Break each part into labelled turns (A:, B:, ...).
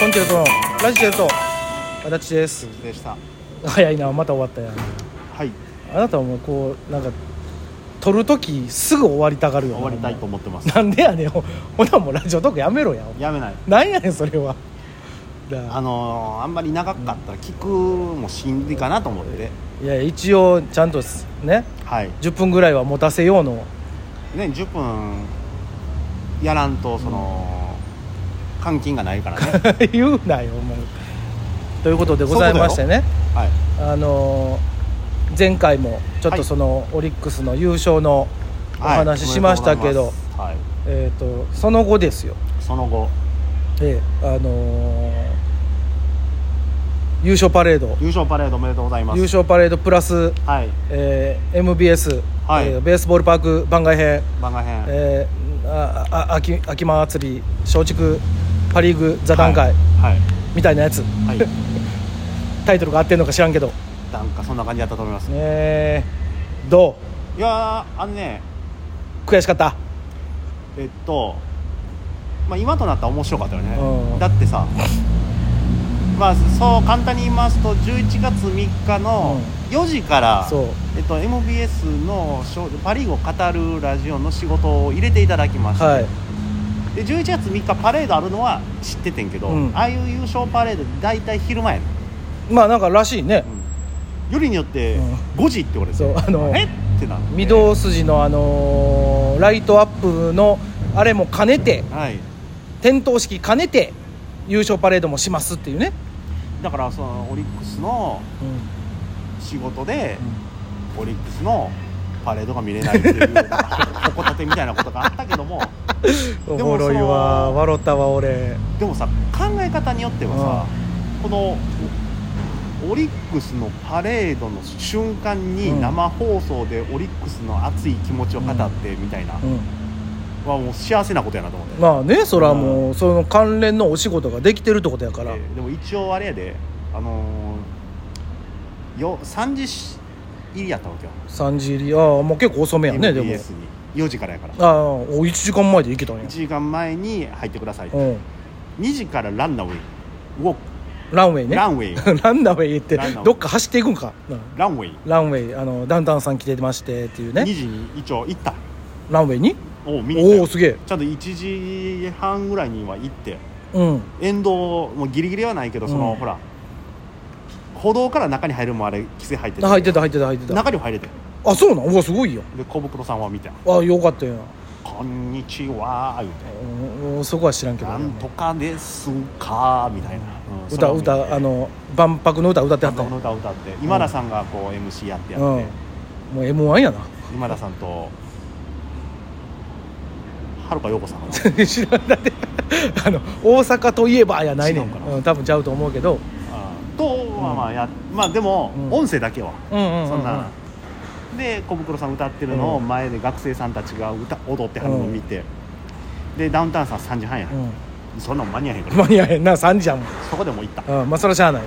A: コンチェルトのラジチェルト私です
B: でした
A: 早いなまた終わったやん
B: はい
A: あなたはもうこうなんか撮る時すぐ終わりたがるよな
B: 終わりたいと思ってます
A: なんでやねんほほなもうラジオトークやめろや
B: やめない
A: なんやねんそれはだ
B: あのーあんまり長かったら聞くもしんどいかなと思って
A: いや一応ちゃんとすね
B: はい
A: 10分ぐらいは持たせようの
B: ね10分やらんとその換金がないから ね
A: 言うなよもうということでございましてね
B: はい
A: あのー前回もちょっ
B: は
A: と
B: い
A: そのオリックスの優勝のお
B: はい
A: 話ししましたけど、
B: おめでとうございます
A: えー、とその後ですよ、
B: はいその後
A: ええあのー優勝パレード
B: 優勝パレードおめでとうございます
A: 優勝パレードプラス、
B: はい
A: えー MBS、
B: はい
A: えーベースボールパーク番外編、
B: 番外編、
A: えーああ秋秋祭り松竹パ・リーグ座談会
B: はい
A: みたいなやつ、
B: はい、はい、
A: タイトルが合ってるのか知らんけど、ね
B: なんかそんな感じだったと思います
A: え、ど
B: いやーあのね
A: う悔しかった
B: えっと、まあ、今となったら面白かったよね、
A: うん
B: だってさまあそう簡単に言いますと11月3日の4時から、
A: そう
B: えっと、MBS のショーパ・リーグを語るラジオの仕事を入れていただきまして、
A: はい
B: で11月3日パレードあるのは知っててんけど、
A: うん
B: ああいう優勝パレード大体昼前やねん
A: まあなんからしいね、
B: うんよりによって
A: うん
B: 5時って言われて、
A: そうあの
B: えってなって
A: 御堂筋のあのーライトアップのあれも兼ねて
B: はい
A: 点灯式兼ねて優勝パレードもしますっていうね、
B: だからそのオリックスの仕事で、オリックスのパレードが見れないっていうなんか ほこたてみたいなことがあったけども
A: お
B: でも
A: もろいわ
B: その
A: 笑ったわ俺
B: でもさ考え方によってはさこのオリックスのパレードの瞬間
A: うん
B: に生放送でオリックスの熱い気持ちを語ってみたいな
A: うん
B: はもう幸せなことやなと思って、
A: まあねそらもうその関連のお仕事ができてるってことやから、
B: えーでも一応あれやであのーよ3時し入りやったわけよ
A: 3時入りああもう結構遅めやねでも
B: MBS に4時からやから
A: ああお1時間前で行けたんや
B: 1時間前に入ってくださいって
A: うん
B: 2時からランナーウェイウォーク
A: ランウェイね
B: ラ
A: ン
B: ンウ ェイ
A: ナウェイって
B: ランナウェイ
A: どっか走っていくんか、うん
B: ランウェイ、
A: ランウェイあのダウンタウンさん来てましてっていう
B: 2
A: ね
B: 時に一応行った
A: ランウェイに
B: おう見に行った
A: おお
B: よ
A: ーすげえ
B: ちゃんと1時半ぐらいには行って
A: うん
B: 沿道もうギリギリはないけどその、
A: うん
B: ほら歩道から中に入るもあれ規制入ってて
A: 入ってた入ってた入ってた
B: 中にも入れて
A: あそうなんうわすごいよ
B: で小袋さんは見て
A: あよかったよ
B: 「こんにちは」言うて
A: うんそこは知らん
B: 「
A: けど、
B: なんとかですか」みたいな、うん
A: 歌歌あの万博の歌歌っては
B: あ
A: った
B: の
A: よ
B: 歌歌って今田さんがこう MC やってや
A: うん
B: って、
A: もう m 1やな
B: 今田さんとはるか陽子さんかな
A: 知らんだってあの大阪といえばやないねん
B: 違うんかな
A: うん、多分ちゃうと思うけど
B: とまあまあや、まあでも、
A: うん
B: 音声だけは
A: うんうんうん、うん、
B: そんな、で小袋さん歌ってるのを
A: うん
B: 前で学生さんたちが歌踊ってはるのを見て、でダウンタウンさん3時半や、
A: うん
B: そんなん間に合えへん から
A: 間に合えんな3時やもん
B: そこでもう行った、
A: うんまあそれはしゃあない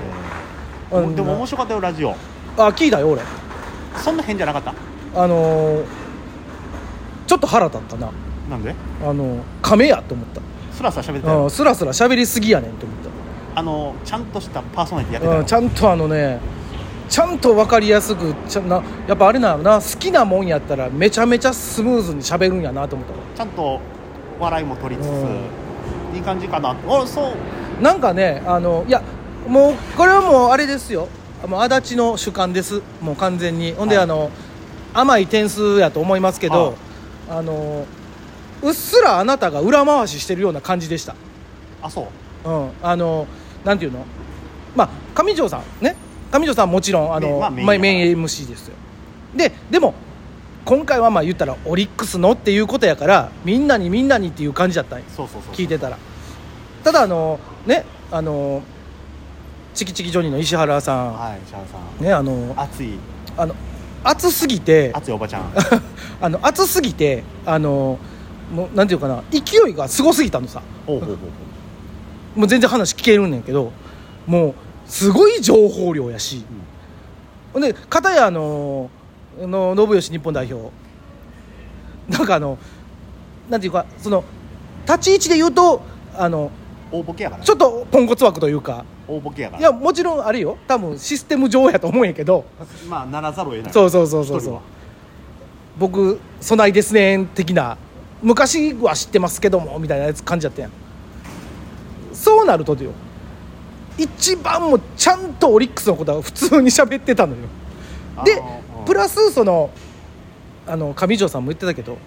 B: うん
A: うん
B: でも面白かったよラジオ
A: あ聞いたよ俺
B: そんな変じゃなかった
A: あのーちょっと腹立ったな
B: なんで
A: あのー亀やと思った
B: スラスラ喋ってた
A: う
B: よ
A: んスラスラ喋りすぎやねんと思った
B: あのちゃんとしたパーソナリティやってたよ、
A: うん、ちゃんとあのねちゃんと分かりやすくちゃなやっぱあれなのな好きなもんやったらめちゃめちゃスムーズに喋るんやなと思ったわ
B: ちゃんと笑いも取りつつ、
A: う
B: いい感じかなおそう
A: なんかねあのいやもうこれはもうあれですよもう足立の主観ですもう完全にほんで、
B: はい
A: あの甘い点数やと思いますけどあのうっすらあなたが裏回ししてるような感じでした
B: あそう
A: うんあのなんていうのまあ上条さんね上条さんはもちろんあの、
B: まあ
A: ま
B: メイン
A: あメイン MC ですよででも今回はまあ言ったらオリックスのっていうことやからみんなにみんなにっていう感じだったんよ
B: そうそうそう
A: 聞いてたらただあのねあのチキチキジョニーの石原さん、
B: はいシャンさん
A: ねあの
B: 熱い
A: あの熱すぎて
B: 熱いおばちゃ ん
A: あの熱すぎてあのもうなんていうかな勢いがすごすぎたのさ
B: ほうほうほうほう
A: もう全然話聞けるんねんけどもうすごい情報量やし、ほん、で片やあのあの信義日本代表なんかあのなんていうかその立ち位置で言うとあの
B: 大ボケやから
A: ちょっとポンコツ枠というか
B: 大ボケやか
A: いや
B: ら
A: もちろんあれよ多分システム上やと思うんやけど
B: まあならざるを得ない
A: そうそうそうそう
B: 一
A: そ
B: 人
A: う
B: は
A: 僕「備えですね」的な昔は知ってますけどもみたいなやつ感じやったやんそうなるとだよ一番もちゃんとオリックスのことは普通に喋ってたのよで
B: あの
A: プラスそのあの上条さんも言ってたけど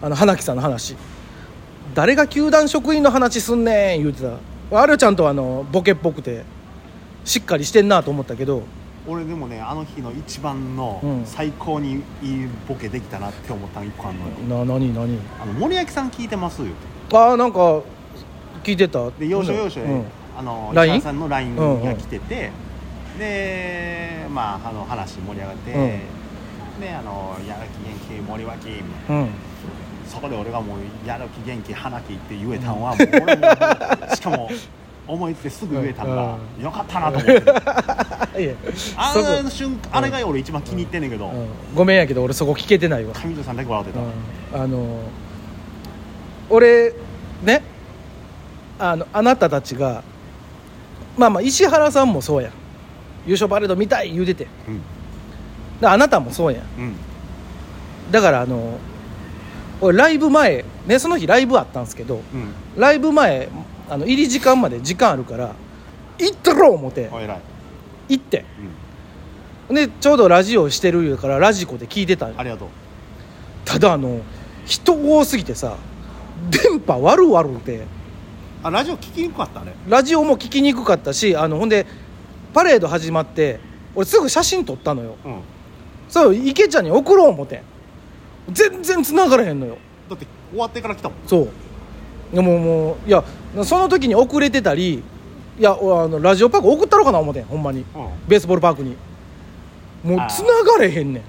A: あの花木さんの話誰が球団職員の話すんねん言うてたあれはちゃんとあのボケっぽくてしっかりしてんなと思ったけど
B: 俺でもねあの日の一番
A: う
B: の
A: ん
B: 最高にいいボケできたなって思ったの一個あんのよ、
A: な何何
B: あの森脇さん聞いてますよ
A: ああなんか聞いてた
B: で要所要所で、
A: うん
B: あの
A: LINE？
B: 石原さんの LINE が来てて、でまああの話盛り上がって、
A: う
B: であのやる気元気森脇みたいな
A: うん
B: そこで俺がもうやる気元気花木って言えたんはもう俺もしかも思いついてすぐ言えたんが
A: う
B: よかったなと思って
A: いやそこ
B: あの瞬間あれが俺一番気に入ってんねんけど
A: うんごめんやけど俺そこ聞けてないわ、
B: 上条さんだけ笑ってた
A: うんあの俺ねあのあなたたちがまあまあ石原さんもそうやん優勝パレード見たい言うてて
B: うん
A: であなたもそうやん
B: うん
A: だからあの俺ライブ前ねその日ライブあったんですけど
B: うん
A: ライブ前あの入り時間まで時間あるから行ってろ思って
B: お偉い
A: 行って
B: う
A: でちょうどラジオしてる言うからラジコで聞いてたん
B: んありがとう
A: ただあの人多すぎてさ電波悪悪って
B: あラジオ聞きにくかったあれ
A: ラジオも聞きにくかったしあのほんでパレード始まって俺すぐ写真撮ったのよ
B: うん
A: それを池ちゃんに送ろう思てん全然繋がらへんのよ
B: だって終わってから来たもん
A: そうでももういやその時に遅れてたりいや俺あのラジオパーク送ったろかな思てんほんまに
B: うん
A: ベースボールパークにもう
B: あー
A: 繋がれへんねん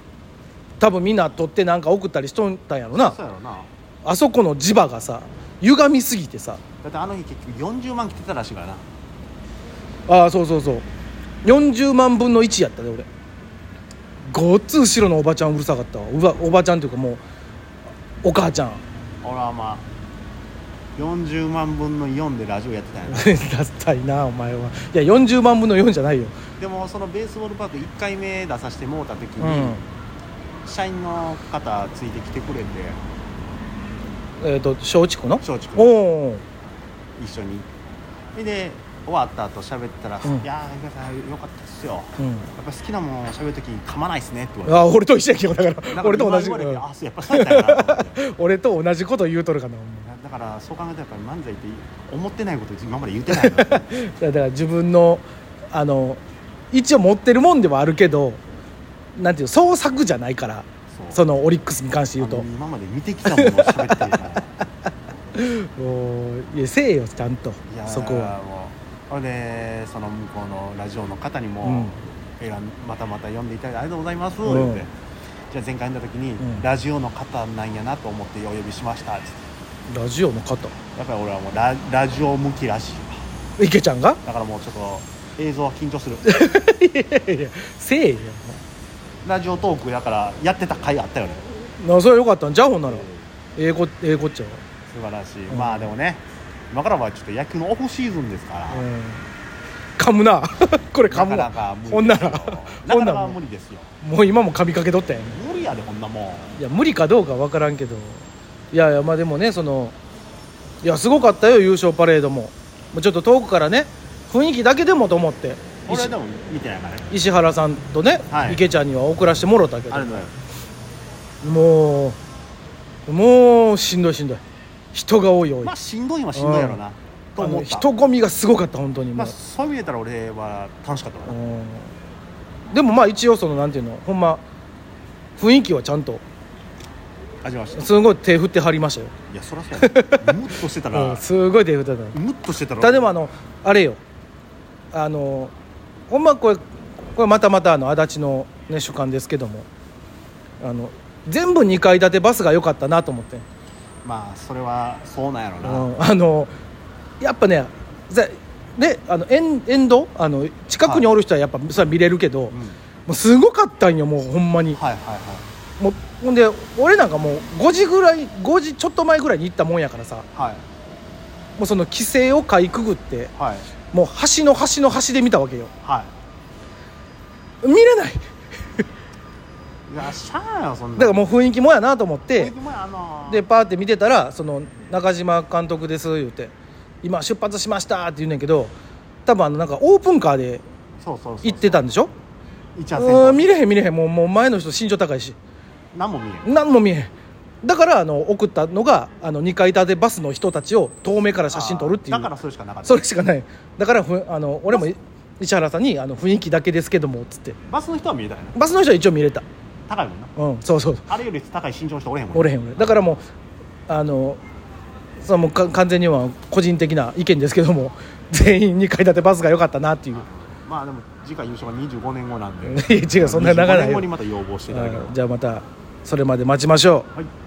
A: 多分みんな撮ってなんか送ったりしとんたんやろな
B: そうやろなだ
A: あそこの磁場がさ歪みすぎてさ
B: ってあの日結局40万来てたらしいからな
A: ああそうそうそう40万分の1やったで俺ごっつ後ろのおばちゃんうるさかったわうわおばちゃんというかもうお母ちゃん
B: 俺はまあ40万分の4でラジオやってたんやな
A: ダサいなお前はいや40万分の4じゃないよ
B: でもそのベースボールパーク1回目出させてもうた時
A: うん、
B: に、社員の方ついてきてくれて
A: えっ、と松竹の
B: 松竹
A: お
B: の
A: お
B: 一緒にそれで終わった後喋ったら「
A: うん
B: いやー日村さんよかったっすよやっ
A: うん
B: ぱ好きなものを喋る時に噛まないっすね」って言われて
A: あー俺と一緒やけどだか
B: なん
A: ら
B: か
A: 俺と同じ、
B: 今言われて
A: うん
B: あそうやっぱそうやったんやなと思って
A: 俺と同じこと言うとるかなお前
B: だからそう考えたらやっぱり漫才って思ってないこと今まで言って ないの
A: いやだから自分のあの一応持ってるもんではあるけどなんていう創作じゃないからそのオリックスに関して言う
B: あ
A: と
B: の今まで見てきたものを喋ってるから
A: おーいやせえよちゃんと
B: いやー
A: そこは
B: もうほれでその向こうのラジオの方にも、
A: うん
B: えらまたまた読んでいただいてありがとうございます」
A: う
B: 言
A: ん
B: ってじゃあ前回の時に、
A: うん
B: ラジオの方なんやなと思ってお呼びしました」つって
A: ラジオの方
B: やっぱり俺はもうララジオ向きらしいわ
A: 池ちゃんが
B: だからもうちょっと映像は緊張する
A: いやいやいやせえよ
B: ラジオトークだからやってた回あったよね
A: なそれはよかったんじゃあほんなら英語英語っちゃ
B: 素晴らしい、
A: ん
B: まあでもね今からはちょっと野球のオフシーズンですから、
A: う、うん、噛むな これ噛む
B: なかな
A: わ
B: か無
A: ほん
B: 理
A: な
B: ですよな
A: らほ
B: かな
A: んなら
B: か
A: も
B: 無理ですよ
A: うもう今も噛みかけとったやん
B: 無理やでこんなもん
A: いや無理かどうか分からんけどいやいやまあでもねそのいやすごかったよ優勝パレードももうちょっと遠くからね雰囲気だけでもと思って
B: 俺は
A: 石
B: でも見てないからね
A: 石原さんとね、
B: はい
A: 池ちゃんには送らせてもろたけど
B: ありがとうございます
A: もうもうしんどいしんどい人が多い多い、
B: まあしんどいはしんどいやろな、と
A: あ
B: 思
A: の
B: った
A: 人混みがすごかった本当にも
B: ま
A: う
B: あ、そういう意味で言ったら俺は楽しかったな、
A: うんでもまあ一応そのなんていうのほんま雰囲気はちゃんと
B: 味わいました
A: すごい手振ってはりましたよ、
B: いやそらそうやムッとしてた
A: うん
B: ら
A: すごい手振ってた
B: ムッとしてたら
A: ただでもあのあれよあのほんまこれこれまたまたあの足立の、ね、主観ですけどもあの全部2階建てバスが良かったなと思って、
B: まあそれはそうなんやろ
A: う
B: な、
A: ん、あのやっぱねぜねあの沿沿道あの近くにおる人はやっぱそれは見れるけ
B: う
A: ど、
B: ん
A: もうすごかったんよもうほんまに、
B: はいはいはい
A: もうほんで俺なんかもう5時ぐらい5時ちょっと前ぐらいに行ったもんやからさ
B: はい
A: もうその規制をかいくぐって
B: はい
A: もう端の端の端で見たわけよ
B: は
A: 見れな
B: い
A: い
B: いやしゃあないよそんな
A: だからもう雰囲気もやなと思っ
B: う
A: て
B: あのー
A: でパーって見てたらその中島監督です言って今出発しましたって言うねんけど多分あのなんかオープンカーで
B: そうそうそう
A: 行ってたんでしょ
B: 一夜
A: うん
B: 戦
A: 見れへん見れへんもうもう前の人身長高いし
B: 何も見えん
A: 何も見えへんだからあの送ったのがあの2階建てバスの人たちを遠目から写真撮るってい
B: あーだから
A: う
B: それしかなかった
A: それしかないだからふあの俺も石原さんにあの雰囲気だけですけどもっつって
B: バスの人は見えたよね
A: バスの人は一応見れた
B: 高いもんな
A: うんそうそう
B: あれより高い身長の人おれへんもんね
A: おれへんおれへんだからもうあのそのもうか完全には個人的な意見ですけども全員2階建てバスが良かったなっていう
B: まあでも次回優勝が25年後なんで
A: いや違うそんな長
B: 25
A: ない
B: 年
A: よ
B: 後にまた要望していただければ
A: じゃあまたそれまで待ちましょう
B: はい